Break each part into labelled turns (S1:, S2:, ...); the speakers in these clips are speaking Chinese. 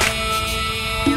S1: 哎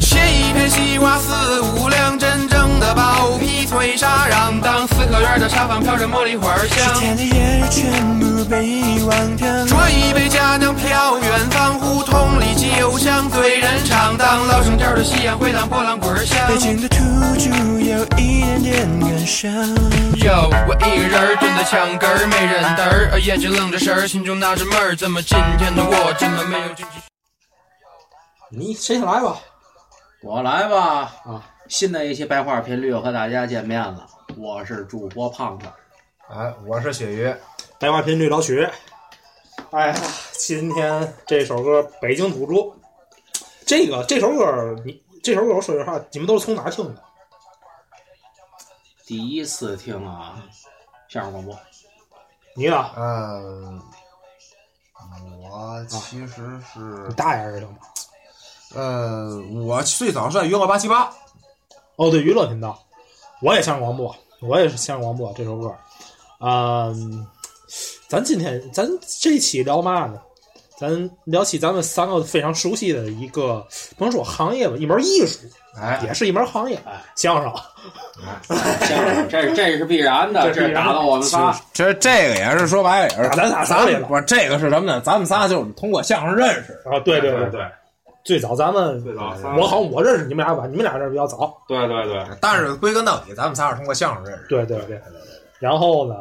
S1: 切一片西瓜四五两，真正的薄皮脆沙瓤。当四合院的沙发飘着茉莉花香。
S2: 天的夜全部被遗忘掉。
S1: 端一杯佳酿飘远方，胡同里酒香醉人肠。当老生调的夕阳回荡波浪滚儿响。
S2: 北京的土著有一点点感伤，
S1: 哟，我一个人儿蹲在墙根儿，没人搭儿，呃眼睛愣着神儿，心中纳着闷儿，怎么今天的我怎么没有经济？
S3: 你谁先来吧？
S4: 我来吧，
S3: 啊，
S4: 新的一期白话频率又和大家见面了，我是主播胖子。
S5: 哎，我是雪鱼，
S2: 白话频率老曲。哎呀，今天这首歌《北京土著》，这个这首歌你这首歌我说句话，你们都是从哪儿听的？
S4: 第一次听啊，相声广播，
S2: 你啊呢？
S5: 嗯，我其实是
S2: 你，大爷知道吗？
S5: 呃，我最早是在娱乐八七八，
S2: 哦，对，娱乐频道，我也相声广播，我也是相声广播这首歌。嗯，咱今天咱这期聊嘛呢？咱聊起咱们三个非常熟悉的一个，不能说行业吧，一门艺术，
S5: 哎，
S2: 也是一门行业
S4: 哎，
S2: 相声。
S4: 相声，这这是必然的，
S2: 这是
S4: 这
S2: 必然的
S4: 打到我们仨
S2: 是，
S5: 其实这个也是说白了，也是
S2: 打咱仨
S5: 咱
S2: 嘴
S5: 们
S2: 了
S5: 不是这个是什么呢？咱们仨就是通过相声认识，
S2: 啊，对对对，
S3: 对，
S2: 最早咱们
S3: 最早仨
S2: 我好像我认识你们俩吧，你们俩认识比较早。
S3: 对对对，
S5: 但是归根到底，咱们仨是通过相声认识。
S2: 对对对。然后呢，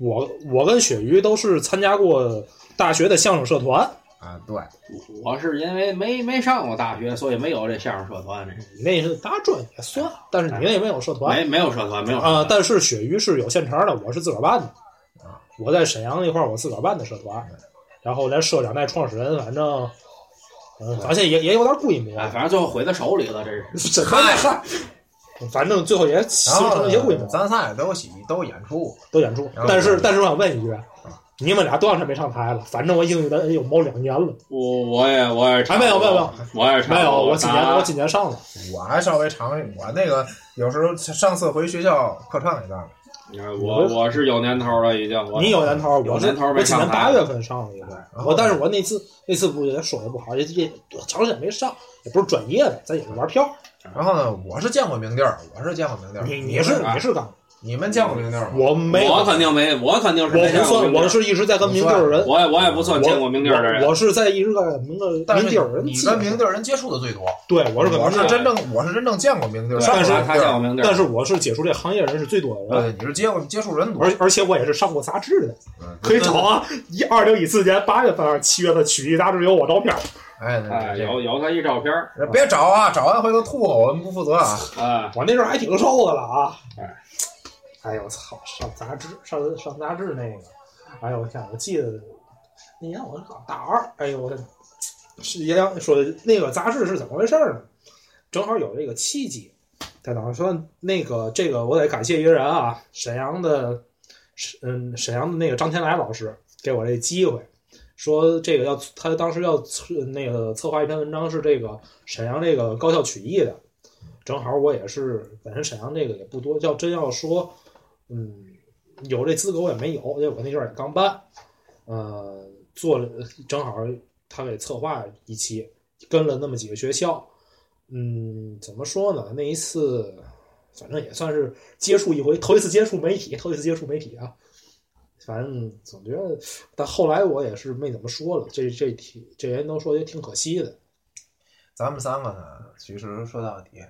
S2: 我我跟鳕鱼都是参加过大学的相声社团，
S5: 啊，对，
S4: 我是因为没没上过大学，所以没有这相声社团，这
S2: 你那是大专也算，但是你那也没有社团
S4: 哎没没有社团，没有社团
S2: 啊、但是鳕鱼是有现成的，我是自个儿办的。啊我在沈阳那块儿，我自个儿办的社团，然后连社长带创始人，反正，嗯，好像也也有点故意没
S4: 哎，反正最后毁在手里了，这是。
S2: 什么呀反正最后也形
S5: 然后
S2: 成了
S5: 呢
S2: 一些规模，
S5: 咱仨也都有喜都有演出，
S2: 都演出
S5: 然。后啊
S2: 但是但是我想问一句，你们俩多长时间没上台了？反正我英语的有某两年了，
S4: 我我也我也
S2: 哎没有没有没有，
S4: 我也差
S2: 没
S4: 不
S2: 有，
S4: 多
S2: 我今年
S4: 打
S2: 我今年上了。
S5: 我还稍微尝一，我那个有时候上次回学校客串一段，
S4: 我我是有年头了，已经。我
S2: 你有年头，我
S4: 有
S2: 是
S4: 年头
S2: 我
S4: 没
S2: 今
S4: 上
S2: 年
S4: 台
S2: 八月份上了一回，
S5: 然后
S2: 我但是我那次那次不也说的不好，也也长时间没上，也不是专业的，咱也是玩票。
S5: 然后呢，我是见过名地儿，我是见过名地儿，
S2: 你
S5: 你
S2: 你是
S5: 们
S2: 你是干嘛？
S5: 你们见过名地儿吗？
S2: 我没有，
S4: 我肯定没，我肯定是
S2: 我
S4: 没见
S2: 不
S4: 过
S2: 算，
S4: 名地儿
S2: 我是一直在跟明地儿人，
S4: 我也我也不算见过名地儿的人
S2: 我。我是在一直在明地儿
S5: 但
S2: 明地
S5: 是
S2: 儿人
S5: 你
S2: 接触，
S5: 跟名地儿人接触的最多。
S2: 对我是跟
S5: 我
S2: 明地
S5: 是
S2: 儿，
S5: 真正我是真正见过名地儿，
S4: 对
S5: 上
S2: 但是
S5: 过
S4: 他
S5: 名
S4: 他
S5: 地
S4: 见
S5: 儿
S4: 过，名地儿，
S2: 但是我是接触这行业人是最多的人，
S5: 对，你是接过接触人多
S2: 而，而且我也是上过杂志的。
S5: 嗯
S2: 可以找。啊！一二零一四年八月份、还是七月份，曲艺杂志有我照片。
S5: 哎，
S4: 哎，
S5: 对对
S4: 有有他一照片儿，
S5: 对，别找啊，找完回头吐我，我们不负责啊。
S4: 哎，
S2: 我那时候还挺瘦的了啊！
S4: 哎，
S2: 哎呦我操！上杂志，上上杂志那个，哎呦我天！我记得那年我是大二，哎呦我的，是也想说那个杂志是怎么回事呢？正好有这个契机，在当时说那个这个我得感谢一个人啊，沈阳的，嗯，沈阳的那个张天来老师给我这机会。说这个要他当时要策那个策划一篇文章是这个沈阳这个高校曲艺的，正好我也是本身沈阳这个也不多，要真要说，嗯，有这资格我也没有，因为我那阵儿也刚办，呃，做了正好他给策划一期，跟了那么几个学校，嗯，怎么说呢？那一次反正也算是接触一回，头一次接触媒体，头一次接触媒体啊。反正总觉得，但后来我也是没怎么说了。这这挺这人都说也挺可惜的，
S5: 咱们三个呢，其实说到底，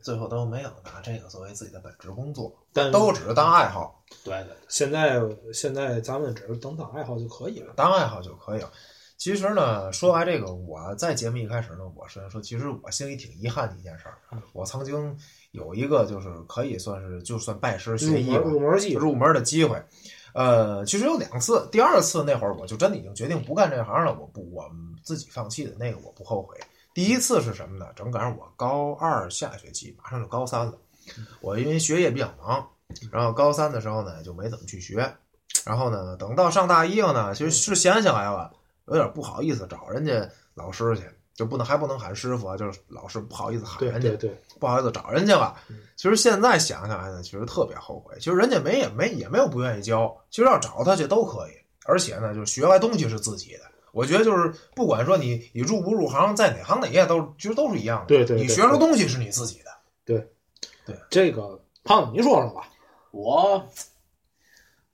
S5: 最后都没有拿这个作为自己的本职工作，
S2: 但
S5: 都只是当爱好，
S4: 对对，
S2: 现在现在咱们只是等等爱好就可以了。
S5: 当爱好就可以了。其实呢，说完这个，我在节目一开始呢，我虽然说，其实我心里挺遗憾的一件事儿
S2: 嗯，
S5: 我曾经有一个就是可以算是就算拜师
S2: 入
S5: 学艺
S2: 门
S5: 吧，
S2: 入门技术，
S5: 入门的机会。呃，其实有两次，第二次那会儿我就真的已经决定不干这行了，我不我自己放弃的那个我不后悔。第一次是什么呢？正赶上我高二下学期，马上就高三了，我因为学业比较忙，然后高三的时候呢就没怎么去学，然后呢等到上大一了呢，其实是闲下来了，有点不好意思找人家老师去，就不能还不能喊师傅啊，就是老师不好意思喊
S2: 对
S5: 人家
S2: 对，对，
S5: 不好意思找人家了
S2: 嗯。
S5: 其实现在想想呢，其实特别后悔。其实人家没也没也没有不愿意教，其实要找他去都可以。而且呢，就是学来东西是自己的。我觉得就是不管说你你入不入行，在哪行哪业都其实都是一样的。
S2: 对对对
S5: 你学着东西是你自己的。
S2: 这个胖子你说说吧，
S4: 我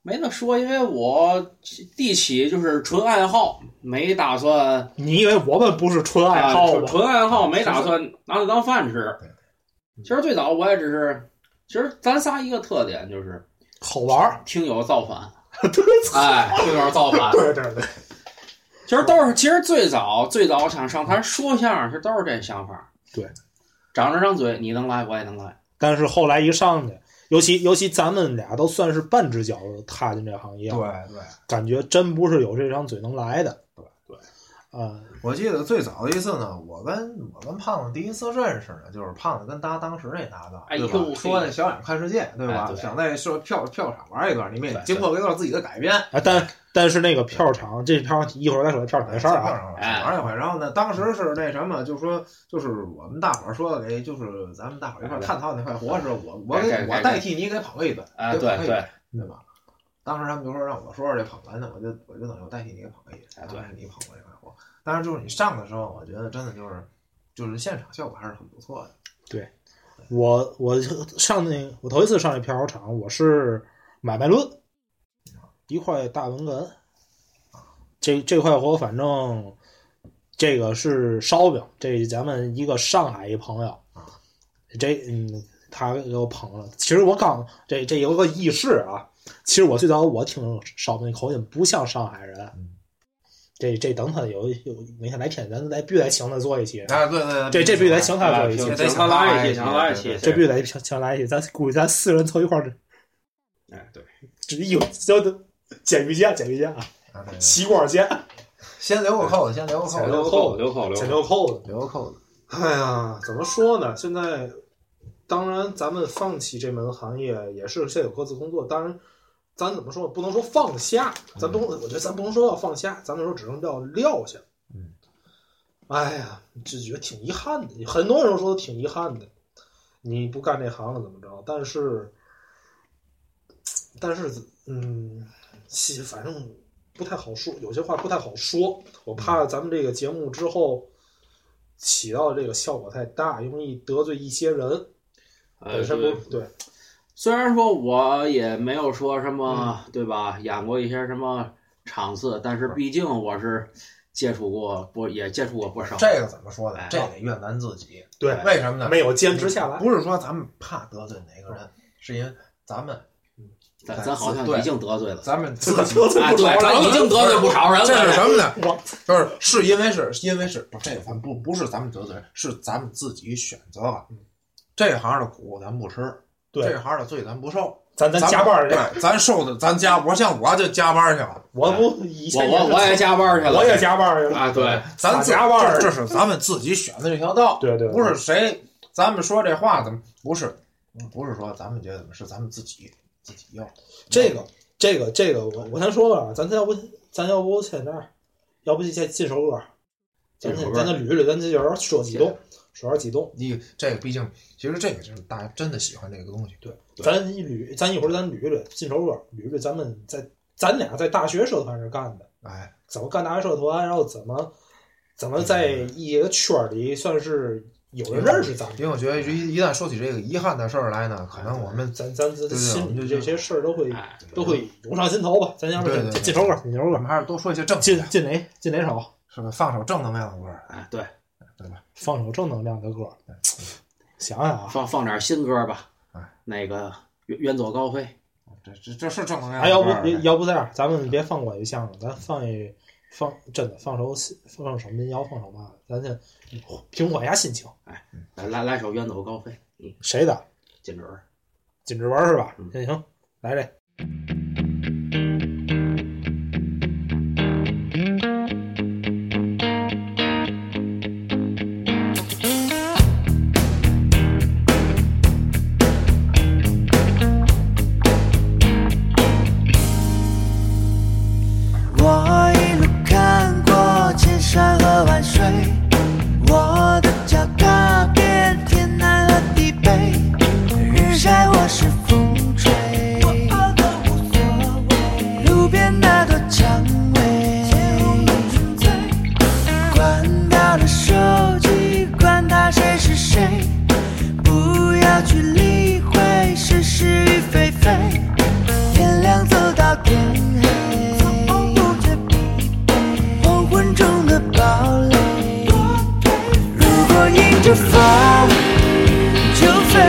S4: 没得说，因为我第起就是纯爱好，没打算
S2: 你以为我们不是纯爱好
S4: 啊纯
S2: 吗？
S4: 纯爱好，没打算拿它当饭吃
S5: 对对。
S4: 其实最早我也只是，其实咱仨一个特点就是
S2: 好玩儿，
S4: 听友 造反，
S2: 对
S4: 哎，听友造反。
S2: 对对对，
S4: 其实都是，其实最早最早想上台说相声，其实都是这想法。
S2: 对，
S4: 长着张嘴，你能来，我也能来。
S2: 但是后来一上去，尤其尤其咱们俩都算是半只脚踏进这行业，
S5: 对对，
S2: 感觉真不是有这张嘴能来的。对
S5: 对，
S2: 啊、
S5: 我记得最早的一次呢，我跟我跟胖子第一次认识呢，就是胖子跟搭当时那搭档，
S4: 哎
S5: 对吧
S4: 呦
S5: 说那小眼看世界，对吧？
S4: 哎对
S5: 想在社票票场玩一段，你们也
S4: 对
S5: 经过了一段自己的改编。
S2: 啊，但但是那个票场，这票一会儿再说票场的事儿啊。
S5: 啊玩一回。然后呢，当时是那什么，就说就是我们大伙儿说的给，就是咱们大伙
S4: 哎
S5: 儿一块儿探讨那块活是我我给我代替你给捧一顿
S4: 啊，
S5: 给
S4: 对
S2: 哎
S5: 捧一
S4: 对
S5: 顿，对吧？当时他们就说让我说说这捧哏的，我就我就等于我代替你给捧一顿，
S4: 哎对
S5: 当时你捧过这块活。但是就是你上的时候，我觉得真的就是就是现场效果还是很不错的。
S2: 我我上那我头一次上那票场，我是买卖论一块大文哏，这这块活反正这个是烧饼，这咱们一个上海一朋友
S5: 啊，
S2: 这嗯他给我捧了。其实我刚这这有个轶事啊，其实我最早我听烧饼口音不像上海人
S5: 嗯，
S2: 这这等他有有哪天来天咱咱必须得请他做一期，
S5: 哎，对对
S2: 这这必须得请他
S4: 哎
S2: 做一期，
S4: 请
S5: 这
S4: 请他拉
S5: 这
S4: 一期，请他拉一期，
S2: 这必须得强强来一起，咱估计咱四个人凑一块儿，
S4: 哎对，
S2: 这一就捡鱼见，捡鱼见啊，
S5: 啊对对
S2: 西瓜见，
S5: 先留个扣子，先留个扣
S2: 先
S5: 子，
S2: 留扣
S4: 留扣
S2: 捡
S4: 留
S2: 流
S4: 扣。
S2: 扣子。
S5: 留个扣子。
S2: 哎呀，怎么说呢？现在，当然咱们放弃这门行业也是现有各自工作，当然。咱怎么说？不能说放下，咱不能，我觉得咱不能说要放下，咱们说只能叫撂下。
S5: 嗯，
S2: 哎呀，就觉得挺遗憾的。很多人说挺遗憾的，你不干这行了怎么着？但是，但是，嗯，其实反正不太好说，有些话不太好说。我怕咱们这个节目之后起到的这个效果太大，容易得罪一些人。
S4: 哎
S2: 本身不、
S4: 对
S2: 对，
S4: 虽然说我也没有说什么，对吧？演过一些什么场次，但是毕竟我是接触过不也接触过不少。
S5: 这个怎么说呢
S4: 哎？
S5: 这得怨咱自己。
S2: 对
S5: 为什么呢？
S2: 没有坚持下来。
S5: 不是说咱们怕得罪哪个人，是因为咱们
S4: 咱咱好像
S5: 对
S4: 已经得罪了，
S5: 咱们自
S2: 这个
S5: 己。
S2: 得罪
S4: 哎，
S2: 不
S4: 对
S2: 少，
S4: 咱已
S2: 人，
S4: 经得罪不少人了。
S5: 这是什么呢？
S2: 我
S5: 就是是因为是是因为是不这个咱们不不是咱们得罪人，是咱们自己选择了
S2: 嗯。
S5: 这行的苦咱不吃，
S2: 对
S5: 这，行的罪咱不受。
S2: 咱咱加班儿去，
S5: 对，咱受的咱加，我像我就加班去了。
S2: 我不以前
S4: 我我我也加班去了，
S2: 我也加班儿去了。
S4: 啊，对，
S5: 咱自
S2: 打加班儿
S5: 这这是咱们自己选的这条道，
S2: 对对对
S5: 不是谁。咱们说这话怎么不是？
S2: 嗯
S5: 不是说咱们觉得怎么，是咱们自己自己要。
S2: 这个这个这个，我我先说吧，咱要不咱要不先这样，要不先进首歌，咱
S4: 进
S2: 先
S4: 首歌
S2: 咱再捋捋，咱这人说几动，说点几动。
S5: 你这个毕竟，其实这个就是大家真的喜欢这个东西。
S2: 对，咱一捋，咱一会儿咱捋捋进首歌，捋捋咱们在咱俩在大学社团这干的，
S5: 哎，
S2: 怎么干大学社团，然后怎么怎么在一个圈儿里算是有人认识咱们，
S5: 因为我觉得一一旦说起这个遗憾的事儿来呢，可能我们
S2: 咱咱咱
S5: 对
S2: 心里这些事儿都会
S4: 哎，
S2: 都会涌上心头吧。咱要不
S5: 对对对
S2: 进首歌，进首
S5: 我
S2: 歌，
S5: 们还是多说一些正
S2: 进
S5: 的，
S2: 进哪进哪首？
S5: 是吧？放首正能量的歌儿，
S4: 哎，对，
S2: 放首正能量的歌儿。想想啊，
S4: 放放点新歌吧
S5: 哎，
S4: 那个远远走高飞，
S5: 这这这是正能量
S2: 哎，
S5: 的
S2: 要
S5: 歌
S2: 不
S5: 儿。
S2: 要不这样，咱们别放管乐相声，咱放一放真的放首放首民谣，放首嘛，咱就平缓一下心情。
S4: 来来来首《远走高飞》，嗯，
S2: 谁的？
S4: 金枝儿，
S2: 锦纸玩是吧
S4: 嗯？
S2: 那行，来这。
S6: 我一路看过千山和万水，我的脚踏遍天南和地北，日晒或是风吹，我跑得无所谓。路边那朵蔷薇，纯粹。关掉了手机，管他谁是谁，不要去理会是是与非非。天亮走到天黑，不觉疲惫，黄昏中的堡垒。如果迎着风就飞，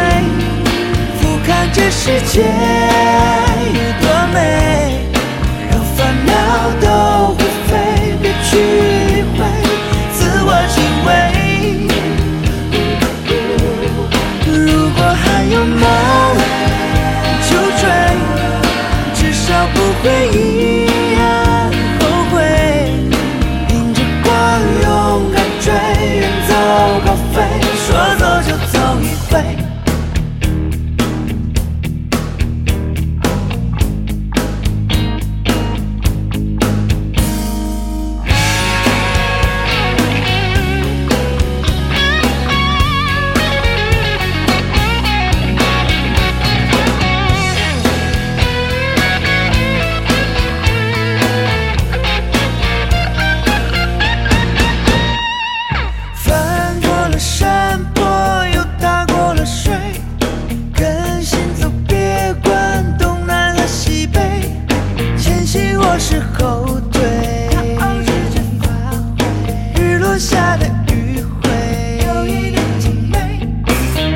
S6: 俯瞰这世界有多美，让烦恼都会飞，别去理会，自我敬畏。如果还有梦就追。至少不会一样后悔。迎着光，勇敢追，远走高飞，说走就走一回。翻过了山坡，又踏过了水，跟心走，别管东南和西北，前行我是后退，日落下的余晖，有一点精美，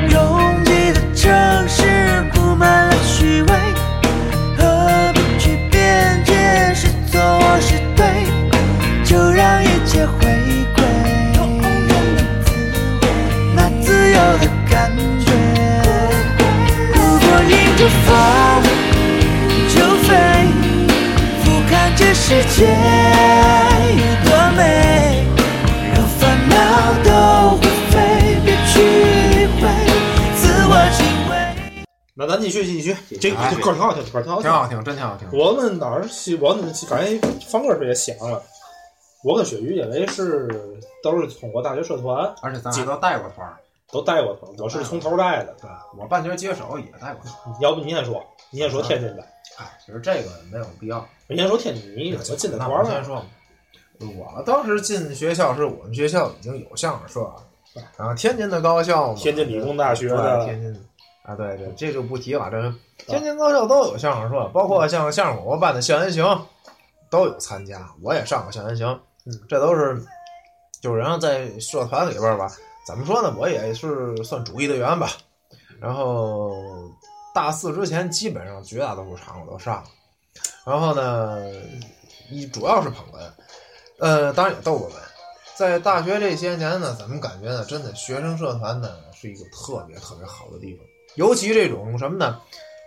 S6: 拥挤的城市布满了虚伪，何必去辩解是错或是对？就让一切回归，那自由的感觉。如果迎着风就飞，俯瞰这世界有多美，让烦恼都会飞，别去理会，自我敬畏。
S2: 那咱继续继续，这
S4: 哎
S2: 这歌挺好听，歌挺好
S5: 挺
S2: 听。
S5: 好听，真挺好听。
S2: 我们当时我们反正放歌时候也想了，我跟雪鱼因为是都是通过大学社团
S5: 而且咱俩都带过团儿，
S2: 都带过团，我是从头带的。
S5: 对我半截接手也带过团儿。
S2: 要不你先说，你先说天津的，
S5: 哎，其实这个没有必要。
S2: 你先说天津，你怎么进的
S5: 那
S2: 团啊
S5: 我先
S2: 呢？
S5: 说吧，我当时进学校是我们学校已经有相声社了，然后天津的高校嘛，
S2: 天津理工大学的
S5: 对天津啊，对对，这就不提了。这嗯天津高校都有相声社，包括像相声广播办的校园行都有参加，我也上过校园行，
S2: 嗯
S5: 这都是就是然后在社团里边儿吧，怎么说呢，我也是算主力队员吧。然后大四之前，基本上绝大多数场我都上了。然后呢，一主要是捧哏，呃，当然也逗过哏。在大学这些年呢，咱们感觉呢，真的学生社团呢是一个特别特别好的地方，尤其这种什么呢？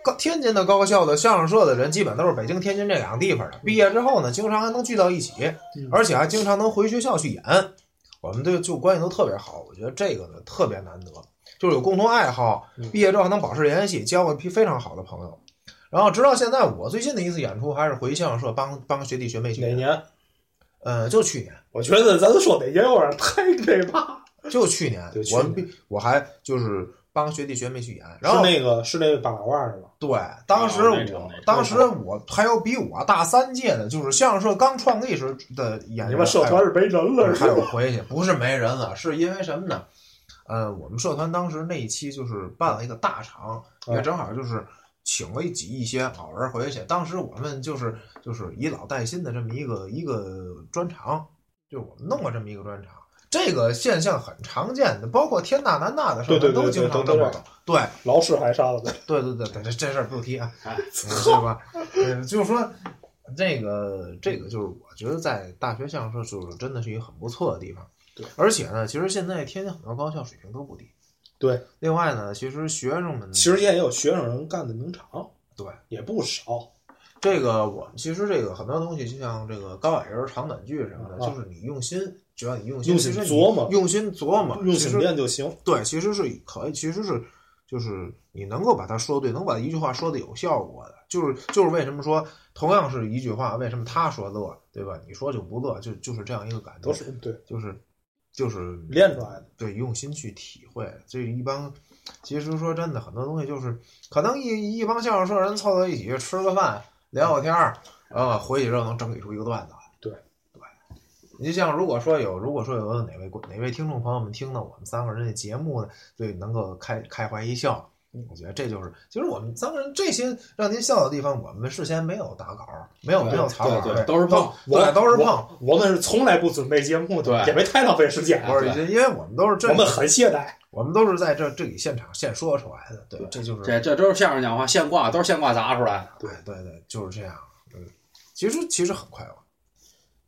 S5: 高天津的高校的相声社的人，基本都是北京、天津这两个地方的。毕业之后呢，经常还能聚到一起，
S2: 嗯
S5: 而且还经常能回学校去演。我们对就关系都特别好，我觉得这个呢特别难得，就是有共同爱好，
S2: 嗯
S5: 毕业之后还能保持联系，交了一批非常好的朋友。然后直到现在，我最近的一次演出还是回相声社帮帮学弟学妹去
S2: 哪
S5: 演，
S2: 年？
S5: 呃，就去年。
S2: 我觉得咱说哪年有点 太那怕。
S5: 就去年，
S2: 对去
S5: 我
S2: 年
S5: 比我还就是帮学弟学妹去演，然
S2: 是
S5: 后
S2: 那个是那个八百万是吧？
S5: 对，当时
S4: 哦那种
S5: 我
S4: 那种
S5: 当时我还有比我大三届的，就是相声社刚创立时的演员，哎
S2: 你们社团是没人了是
S5: 还有
S2: 吧？
S5: 回去，不是没人了，是因为什么呢？呃，我们社团当时那一期就是办了一个大场，
S2: 嗯
S5: 也正好就是请了一几一些老人回去。当时我们就是就是以老带新的这么一个一个专场，就是我们弄了这么一个专场。这个现象很常见的，包括天大南大的社
S2: 对对
S5: 团
S2: 对
S5: 都经常这么
S2: 对
S5: 搞。对
S2: 老师还上了，
S5: 嗯 对对对对，这这事儿不提啊，
S4: 哎
S5: 对吧？呃，就是说，这个这个就是我觉得在大学相声就是真的是一个很不错的地方。
S2: 对，
S5: 而且呢，其实现在天津很多高校水平都不低。
S2: 对，
S5: 另外呢，其实学生们
S2: 其实也有学生人干的名场，
S5: 对
S2: 也不少。
S5: 这个我们其实这个很多东西，就像这个高矮人、长短句什么的，
S2: 啊
S5: 就是你用心，只要你用
S2: 用
S5: 其
S2: 心
S5: 实你
S2: 琢磨
S5: 用心琢磨，
S2: 用
S5: 其
S2: 心
S5: 实
S2: 练就行。
S5: 对，其实是可以，其实是就是你能够把它说对，能把一句话说的有效果的，就是就是为什么说同样是一句话，为什么他说乐，对吧？你说就不乐，就就是这样一个感觉，
S2: 都是对
S5: 就是就是
S2: 练出来的。
S5: 对，用心去体会。这一帮，其实说真的，很多东西就是可能一一帮相声社人凑到一起吃个饭，聊个天儿，啊、回去之后能整理出一个段子来。
S2: 对
S5: 对，你就像如果说有，如果说有哪位哪位听众朋友们听到我们三个人的节目呢，对，能够开开怀一笑。我觉得这就是，其实我们三个人这些让您笑的地方，我们事先没有打稿，没有没有草稿，
S4: 对对都是碰
S5: 对，都是碰，
S2: 我我们是从来不准备节目的，
S4: 对
S2: 也没太浪费时间。
S5: 不是，因为我们都是这
S2: 我们很懈怠，
S5: 我们都是在这这里现场现说出来的，对，
S4: 对
S5: 这就是
S4: 这这都是相声讲话，现挂都是现挂砸出来的。
S5: 对对对，就是这样。嗯，其实其实很快乐，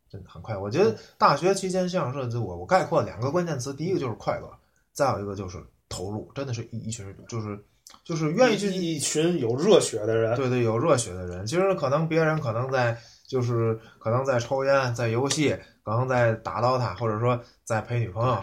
S5: 真的很快乐。我觉得大学期间相声社，就我我概括两个关键词，第一个就是快乐，再有一个就是投入，真的是一一群人就是就是愿意去
S2: 一群有热血的人，
S5: 对对，有热血的人，其实可能别人可能在就是可能在抽烟，在游戏，可能在打 DOTA，或者说在陪女朋友。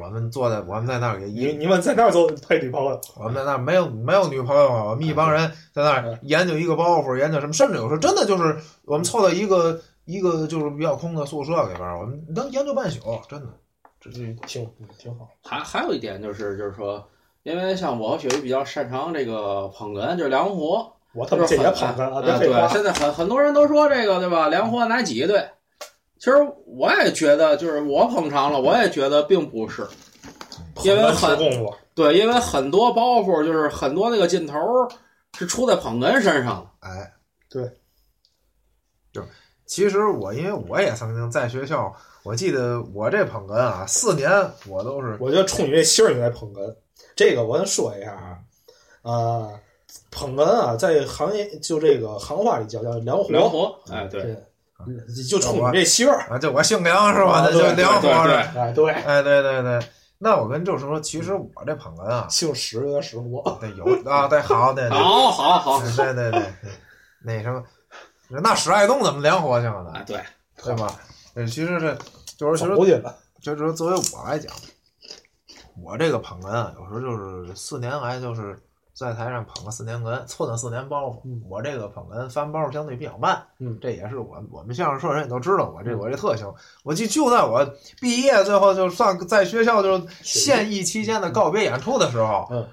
S5: 我们坐在我们在那儿也
S2: 你你们在那儿都配女朋友，
S5: 我们在那儿没有没有女朋友啊，我们一帮人在那
S2: 嗯
S5: 儿研究一个包袱，研究什么，甚至有时候真的就是我们凑到一个一个就是比较空的宿舍里边儿，我们能研究半宿，真的。
S2: 这这挺嗯挺好。
S4: 还还有一点就是，就是说，因为像我和雪鱼比较擅长这个捧哏，就是梁活，
S2: 我他
S4: 就
S2: 妈
S4: 是
S2: 这也
S4: 很
S2: 捧哏啊，
S4: 啊，
S2: 别废
S4: 对，
S2: 话。
S4: 现在很很多人都说这个，对吧？梁活拿几对，其实我也觉得，就是我捧场了，我也觉得并不是，因为
S2: 捧哏
S4: 很
S2: 出功夫，
S4: 对，因为很多包袱就是很多那个劲头儿是出在捧哏身上的。
S5: 哎，
S2: 对，
S5: 就是其实我因为我也曾经在学校，我记得我这捧哏啊，四年我都是
S2: 我觉得冲你这心儿应该捧哏。这个我先说一下啊，啊，捧哏啊，在行业就这个行话里叫叫梁活，
S4: 梁活，哎，对，
S2: 对，就冲你这心儿，
S5: 啊，就我姓梁是吧？
S2: 啊
S5: 那就
S2: 对
S5: 梁
S4: 对
S5: 活
S4: 对
S5: 着。
S2: 哎，对，
S5: 哎，对对对，那我跟就是说，其实我这捧哏啊，
S2: 姓石有点识活。
S5: 得有啊，对，好，对对。
S2: 哦
S4: 好好好，
S5: 对对对，对，那什么，那史爱东怎么凉活去了
S4: 啊
S5: 呢？，
S4: 对，
S5: 对吧？呃，其实这就是其实
S2: 走进来，
S5: 就是说作为我来讲，我这个捧哏啊，有时候就是四年来就是在台上捧个四年哏，蹭了四年包袱。
S2: 嗯
S5: 我这个捧哏翻包袱相对比较慢，
S2: 嗯
S5: 这也是我我们相声社人也都知道我这我这特性。我记就在我毕业最后就算在学校就是现役期间的告别演出的时候，
S2: 嗯。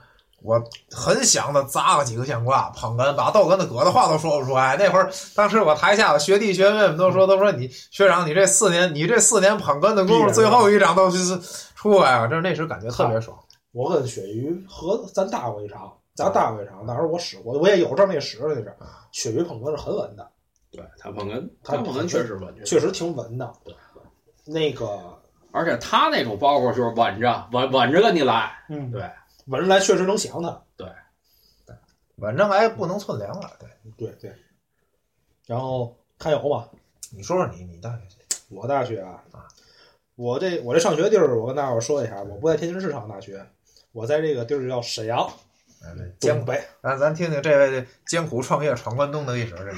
S5: 我很想的砸了几个现挂捧哏，把逗哏的葛的话都说不出来。那会儿，当时我台下的学弟学妹们都说，都说你学长，你这四年，你这四年捧哏的功夫，最后一掌都是出来了，这那时感觉特别爽。
S2: 我跟雪鱼和咱搭过一场，咱搭过一场，那时候我使过，我也有这么一使的那阵。雪鱼捧哏是很稳的，
S4: 对他捧哏，
S2: 他
S4: 他捧哏确实稳，
S2: 确实挺稳的。对，那个，
S4: 而且他那种包袱就是稳着，稳稳着跟你来，
S2: 嗯
S4: 对，
S2: 稳着来确实能想他。
S5: 反正还不能寸凉了。对，
S2: 对对。然后还有吧，
S5: 你说说你，你大学
S2: 我大学啊，我这我这上学地儿，我跟大伙儿说一下，我不在天津市场大学，我在这个地儿叫沈阳
S5: 艰
S2: 江
S5: 苦，
S2: 北。
S5: 咱咱听听这位这艰苦创业闯关东的历史，这个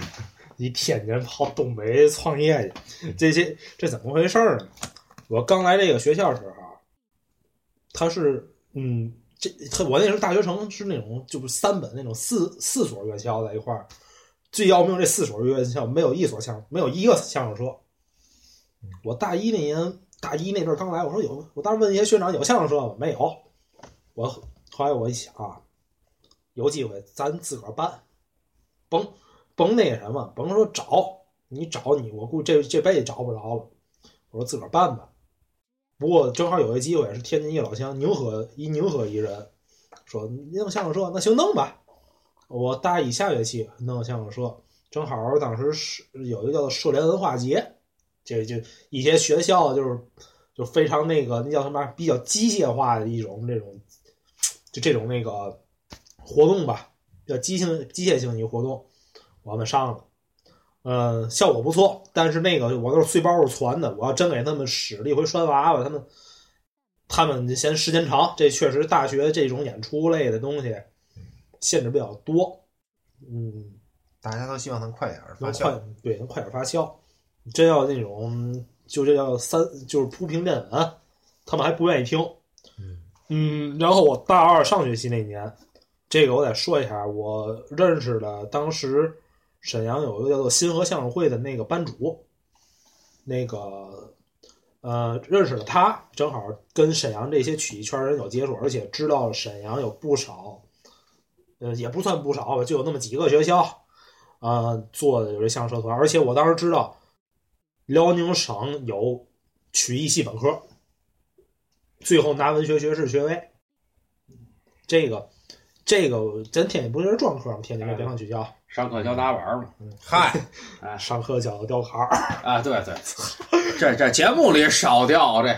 S2: 一天津跑东北创业去，这些这怎么回事儿呢？我刚来这个学校的时候啊，他是嗯，这他我那时候大学城是那种就是三本那种四四所院校在一块儿，最要命这四所院校没有一所相没有一个相声社。我大一那年大一那阵儿刚来，我说有，我当时问一些学长有相声社吗？没有。我后来我一想啊，有机会咱自个儿办，甭甭那什么，甭说找，你找你，我估计这这辈子找不着了。我说自个儿办吧。不过正好有一机会，是天津一老乡宁河一宁河一人说弄相声社，那行弄吧。我大一下学期弄相声社，正好当时是有一个叫做社联文化节，这就一些学校就是就非常那个那叫什么比较机械化的一种这种就这种那个活动吧，比较机性机械性一个活动。我们上了，呃，效果不错，但是那个我都是碎包子传的，我要真给他们使了一回拴娃娃，他们他们嫌时间长，这确实大学这种演出类的东西限制比较多，嗯，
S5: 大家都希望能快点儿发
S2: 能
S5: 酵
S2: 快。对能快点发酵，真要那种就这叫三就是铺平垫稳，他们还不愿意听。嗯，然后我大二上学期那年，这个我得说一下，我认识了当时沈阳有一个叫做新河相声会的那个班主，那个呃认识了他，正好跟沈阳这些曲艺圈人有接触，而且知道沈阳有不少，呃也不算不少吧，就有那么几个学校，啊，做的有这相声社团，而且我当时知道辽宁省有曲艺系本科，最后拿文学学士学位。这个，这个咱天津不就是专科吗？天津这北方学校
S4: 上课教打板儿嘛。
S5: 嗨，
S2: 上课叫雕坎儿，
S4: 啊，对对， 这这节目里少掉这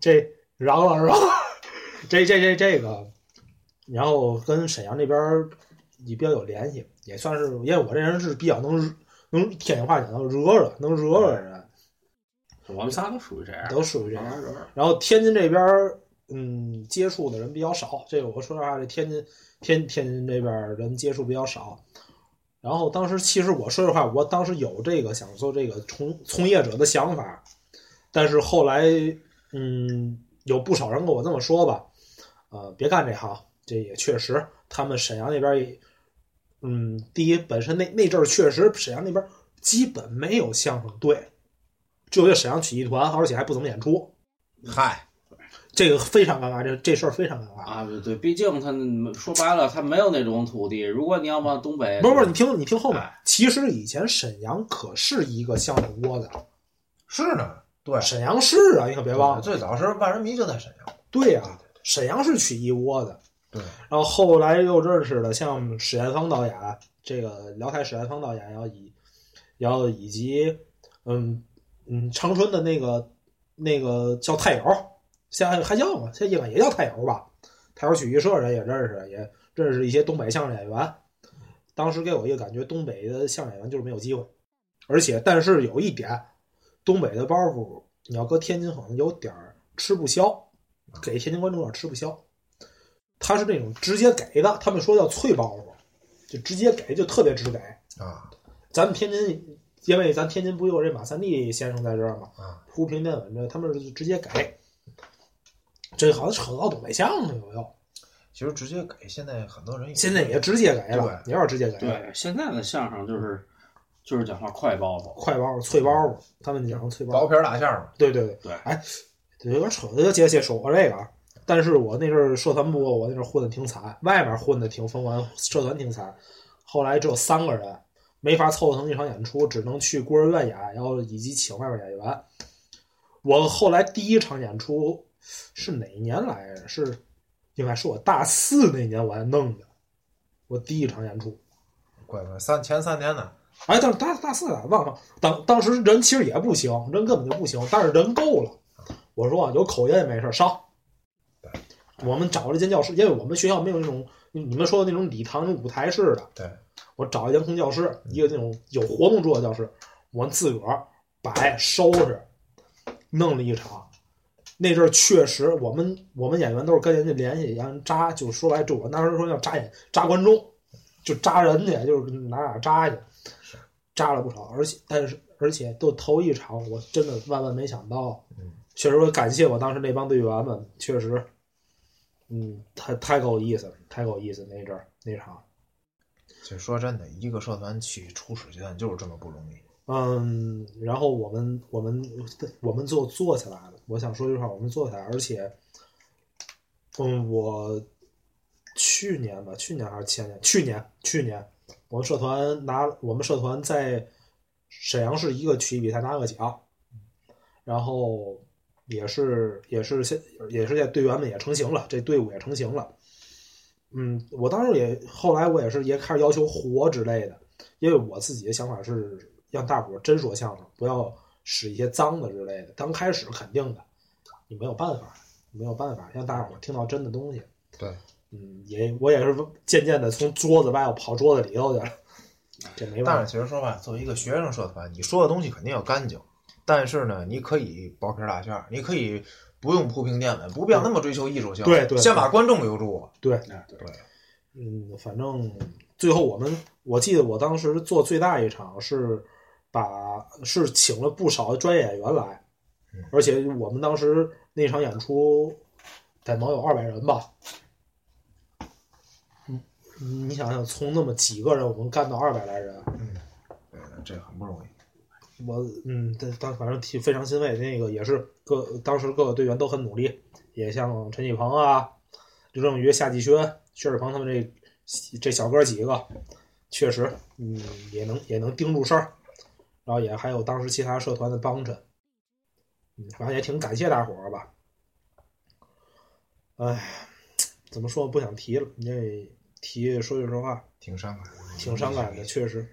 S2: 这嚷了是 吧？这这这这个，然后跟沈阳这边儿也比较有联系，也算是因为我这人是比较能惹能天津话讲叫惹惹，能惹惹人，
S4: 我们仨都属于这样。
S2: 都属于这样。
S4: 慢慢惹
S2: 然后天津这边儿，嗯，接触的人比较少。这个我说实话，这天津天天津这边儿人接触比较少。然后当时其实我说实话，我当时有这个想做这个从从业者的想法，但是后来，嗯，有不少人跟我这么说吧，呃，别干这行，这也确实，他们沈阳那边也，嗯，第一本身那那阵儿确实沈阳那边基本没有相声队，只有这沈阳曲艺团，而且还不怎么演出。
S5: 嗨，
S2: 这个非常尴尬，这这事儿非常尴尬。
S4: 啊，对，毕竟他说白了，他没有那种土地。如果你要往东北，
S2: 不是不是，你听你听后面，其实以前沈阳可是一个相声窝子，
S5: 是呢，对，
S2: 沈阳市啊，你可别忘了。
S5: 最早是万人迷就在沈阳，
S2: 对啊，沈阳是曲艺窝子。
S5: 对，
S2: 然后后来又认识了像史艳芳导演，这个辽台史艳芳导演，然后以，然后以及，嗯嗯，长春的那个那个叫太友，现在还叫吗？现在应该也叫太友吧？太友曲艺社人也认识，也认识一些东北相声演员。当时给我一个感觉，东北的相声演员就是没有机会，而且但是有一点，东北的包袱你要搁天津好像有点儿吃不消，给天津观众有点儿吃不消。他是那种直接给的，他们说叫脆包袱，就直接给，就特别直给。
S5: 啊，
S2: 咱们天津，因为咱天津不有这马三立先生在这儿嘛
S5: 啊，
S2: 铺平垫稳这，他们是直接给。这好像扯到东北相声了又，
S5: 其实直接给现在很多人
S2: 现在也直接给了，也要直接给了。
S4: 对现在的相声就是就是讲话快包袱，
S2: 快包袱、脆包袱，他们讲脆包袱
S5: 薄皮儿大馅儿嘛，
S2: 对对对
S4: 对
S2: 哎，有点扯，要接接说这个啊。但是我那阵儿社团部，我那阵儿混的挺惨，外面混的挺疯狂，社团挺惨。后来只有三个人，没法凑成一场演出，只能去孤儿院演，然后以及请外面演员。我后来第一场演出是哪一年来着？是应该是我大四那年我还弄的，我第一场演出。
S5: 怪不得三前三年呢，
S2: 哎，但是大大四啊，忘了当当时人其实也不行，人根本就不行，但是人够了。我说啊，有口音也没事，上。我们找了一间教室，因为我们学校没有那种你你们说的那种礼堂那种舞台式的。
S5: 对，
S2: 我找一间空教室，一个那种有活动桌的教室，我们自个儿摆收拾，弄了一场。那阵儿确实，我们我们演员都是跟人家联系，然后扎，就说白，就我当时说要扎演扎观众，就扎人去，就是哪哪扎去。扎了不少，而且但是而且就头一场，我真的万万没想到，确实我感谢我当时那帮队员们，确实，嗯，太太够意思了，太够意思那阵儿那场，
S5: 就说真的，一个社团去初始阶段就是这么不容易，
S2: 嗯，然后我们我们我们就做起来了，我想说句话，我们做起来，而且，嗯，我去年吧，去年还是前年，去年去年我们社团拿我们社团在沈阳市一个曲艺比赛拿了个奖，然后也是也是现也是在队员们也成型了，这队伍也成型了。嗯，我当时也后来我也是也开始要求活之类的，因为我自己的想法是让大伙儿真说相声，不要使一些脏的之类的。刚开始肯定的，你没有办法，没有办法让大伙儿听到真的东西。
S5: 对，
S2: 嗯，也我也是渐渐的从桌子外头跑桌子里头去了。这没办
S5: 哎但
S2: 法。
S5: 是其实说话，作为一个学生社团，你说的东西肯定要干净，但是呢，你可以薄皮儿大馅儿，你可以不用铺平垫稳，不必要那么追求艺术性。
S2: 对对对
S5: 先把观众留住。
S2: 对，
S4: 哎
S5: 对，
S2: 嗯，反正最后我们，我记得我当时做最大一场是把是请了不少专业演员来，而且我们当时那场演出得能有二百人吧。嗯，你想想，从那么几个人，我们干到二百来人，
S5: 对，这很不容易。
S2: 我嗯，但但反正挺非常欣慰。那个也是各当时各个队员都很努力，也像陈启鹏啊、刘正宇、夏继轩、薛世鹏他们这这小哥几个，确实嗯也能也能盯住事儿，然后也还有当时其他社团的帮衬，嗯，反正也挺感谢大伙儿吧。哎，怎么说不想提了，你这提说句实话
S5: 挺伤感的，
S2: 挺伤感
S5: 嗯
S2: 的，确实。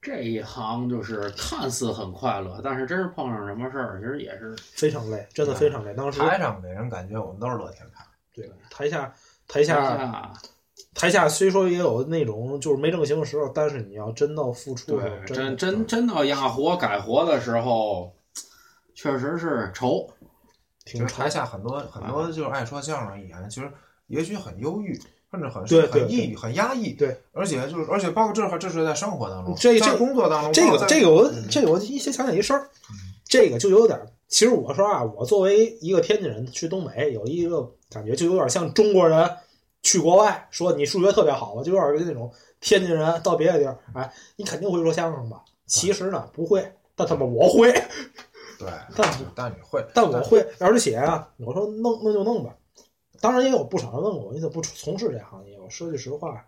S4: 这一行就是看似很快乐，但是真是碰上什么事儿，其实也是
S2: 非常累，真的非常累。当时
S5: 台上给人感觉我们都是乐天派，
S2: 对台下台下
S4: 下
S2: 台下虽说也有那种就是没正形的时候，但是你要真到付出，
S4: 对，
S2: 真
S4: 真真真到压活改活的时候，确实是愁。
S5: 就
S2: 挺
S5: 是台下很多
S2: 啊
S5: 很多就是爱说相声的艺人，其实也许很忧郁，甚至很
S2: 对对
S5: 很抑郁、很压抑。
S2: 对，
S5: 而且就是而且包括这还这是在生活当中，
S2: 这这
S5: 在工作当中，
S2: 这
S5: 包括
S2: 个
S5: 在
S2: 这个我这个我一先想起一事儿，这个就有点儿。其实我说啊，我作为一个天津人去东北，有一个感觉就有点像中国人去国外说你数学特别好，我就有点儿那种天津人到别的地儿，哎，你肯定会说相声吧？其实呢不会，但他妈我会。
S5: 对，
S2: 但
S5: 但你会，
S2: 但我会，而且啊，我说弄弄就弄吧。当然也有不少人问我，你怎么不从事这行业？我说句实话，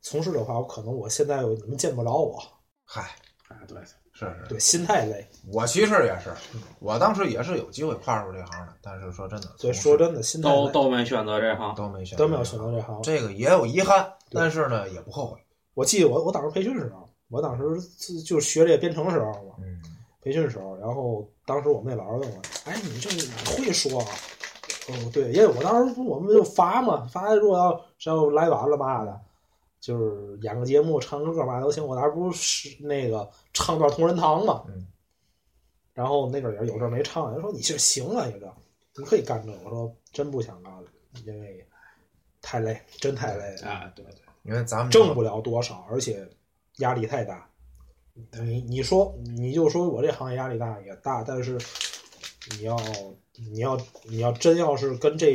S2: 从事的话，我可能我现在你们见不着我，
S5: 嗨，
S4: 哎，对，
S5: 是是。
S2: 对，心太累。
S5: 我其实也是，我当时也是有机会跨入这行的，但是说真的，
S2: 所以
S5: 从事
S2: 说真的，心态
S4: 都
S2: 累
S4: 都没选择这行。
S5: 都没选，
S2: 都没有选择这行。
S5: 这个也有遗憾，
S2: 对
S5: 但是呢也不后悔。
S2: 我记得我我当时培训时候，我当时自就学这编程时候嘛，
S5: 嗯，
S2: 培训时候，然后当时我们那老师问我，哎，你这会说啊？哦，对，因为我当时不我们就罚嘛，罚如果要是要来晚了嘛的，就是演个节目、唱个歌嘛都行。我当时不是那个唱段同仁堂嘛，
S5: 嗯
S2: 然后那阵儿也有阵儿没唱，人说你这行啊，你这你可以干这个。我说真不想干了，因为太累，真太累了，
S4: 哎，对对，
S5: 因为咱们
S2: 挣不了多少，而且压力太大。你你说你就说我这行业压力大也大，但是你要你要你要真要是跟这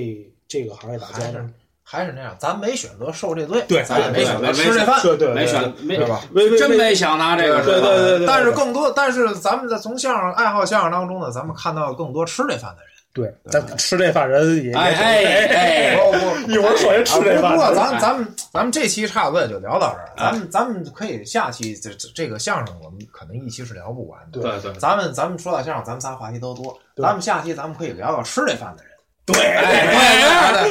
S2: 这个行业打交
S5: 还
S2: 道
S5: 是，还是那样，咱没选择受这罪，
S2: 对
S5: 咱也没
S4: 对
S5: 选
S4: 对
S5: 择
S4: 没
S5: 吃这饭，
S2: 对对
S4: 没选
S2: 对
S4: 没
S5: 对吧？
S2: 微微
S4: 真
S2: 微
S4: 没想拿这个
S2: 对
S4: 是吧？
S2: 对对对，
S5: 但是更多，但是咱们在从相声爱好相声当中呢，咱们看到更多吃这饭的人。
S2: 对，咱吃这饭人也
S4: 哎
S2: 也
S4: 哎哎，
S5: 我我
S2: 一会儿说人吃这
S5: 啊
S2: 饭
S5: 不过
S2: 人，
S5: 咱咱们咱们这期差不多也就聊到这儿，咱们咱们可以下期这这这个相声我们可能一期是聊不完的。
S4: 对对，
S5: 咱们咱们说到相声，咱们仨话题都多，
S2: 对
S5: 咱们下期咱们可以聊聊吃这饭的人。
S4: 哎哎，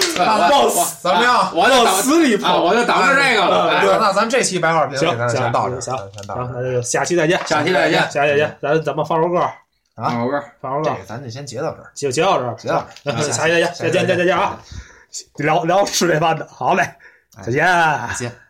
S5: 到怎么样？
S4: 我就
S2: 往死里
S4: 啊，
S2: 跑。
S4: 我就等着这个了。
S5: 哎
S4: 哎
S5: 那咱们这期白话评
S2: 行
S5: 给咱
S2: 行
S5: 先到这儿，
S2: 行
S5: 咱先到
S2: 行，那
S5: 这儿。
S2: 就下期再见，
S4: 下期再见
S2: 下期再见，咱咱们放首歌，
S5: 啊
S4: 老哥儿，
S2: 放首
S5: 这
S2: 歌
S5: 个，咱就先截到这儿，
S2: 就截到这儿，
S5: 截到这儿，
S2: 下期再见，再见再见再见啊！聊聊吃这饭的，好嘞，再见。
S5: 再见。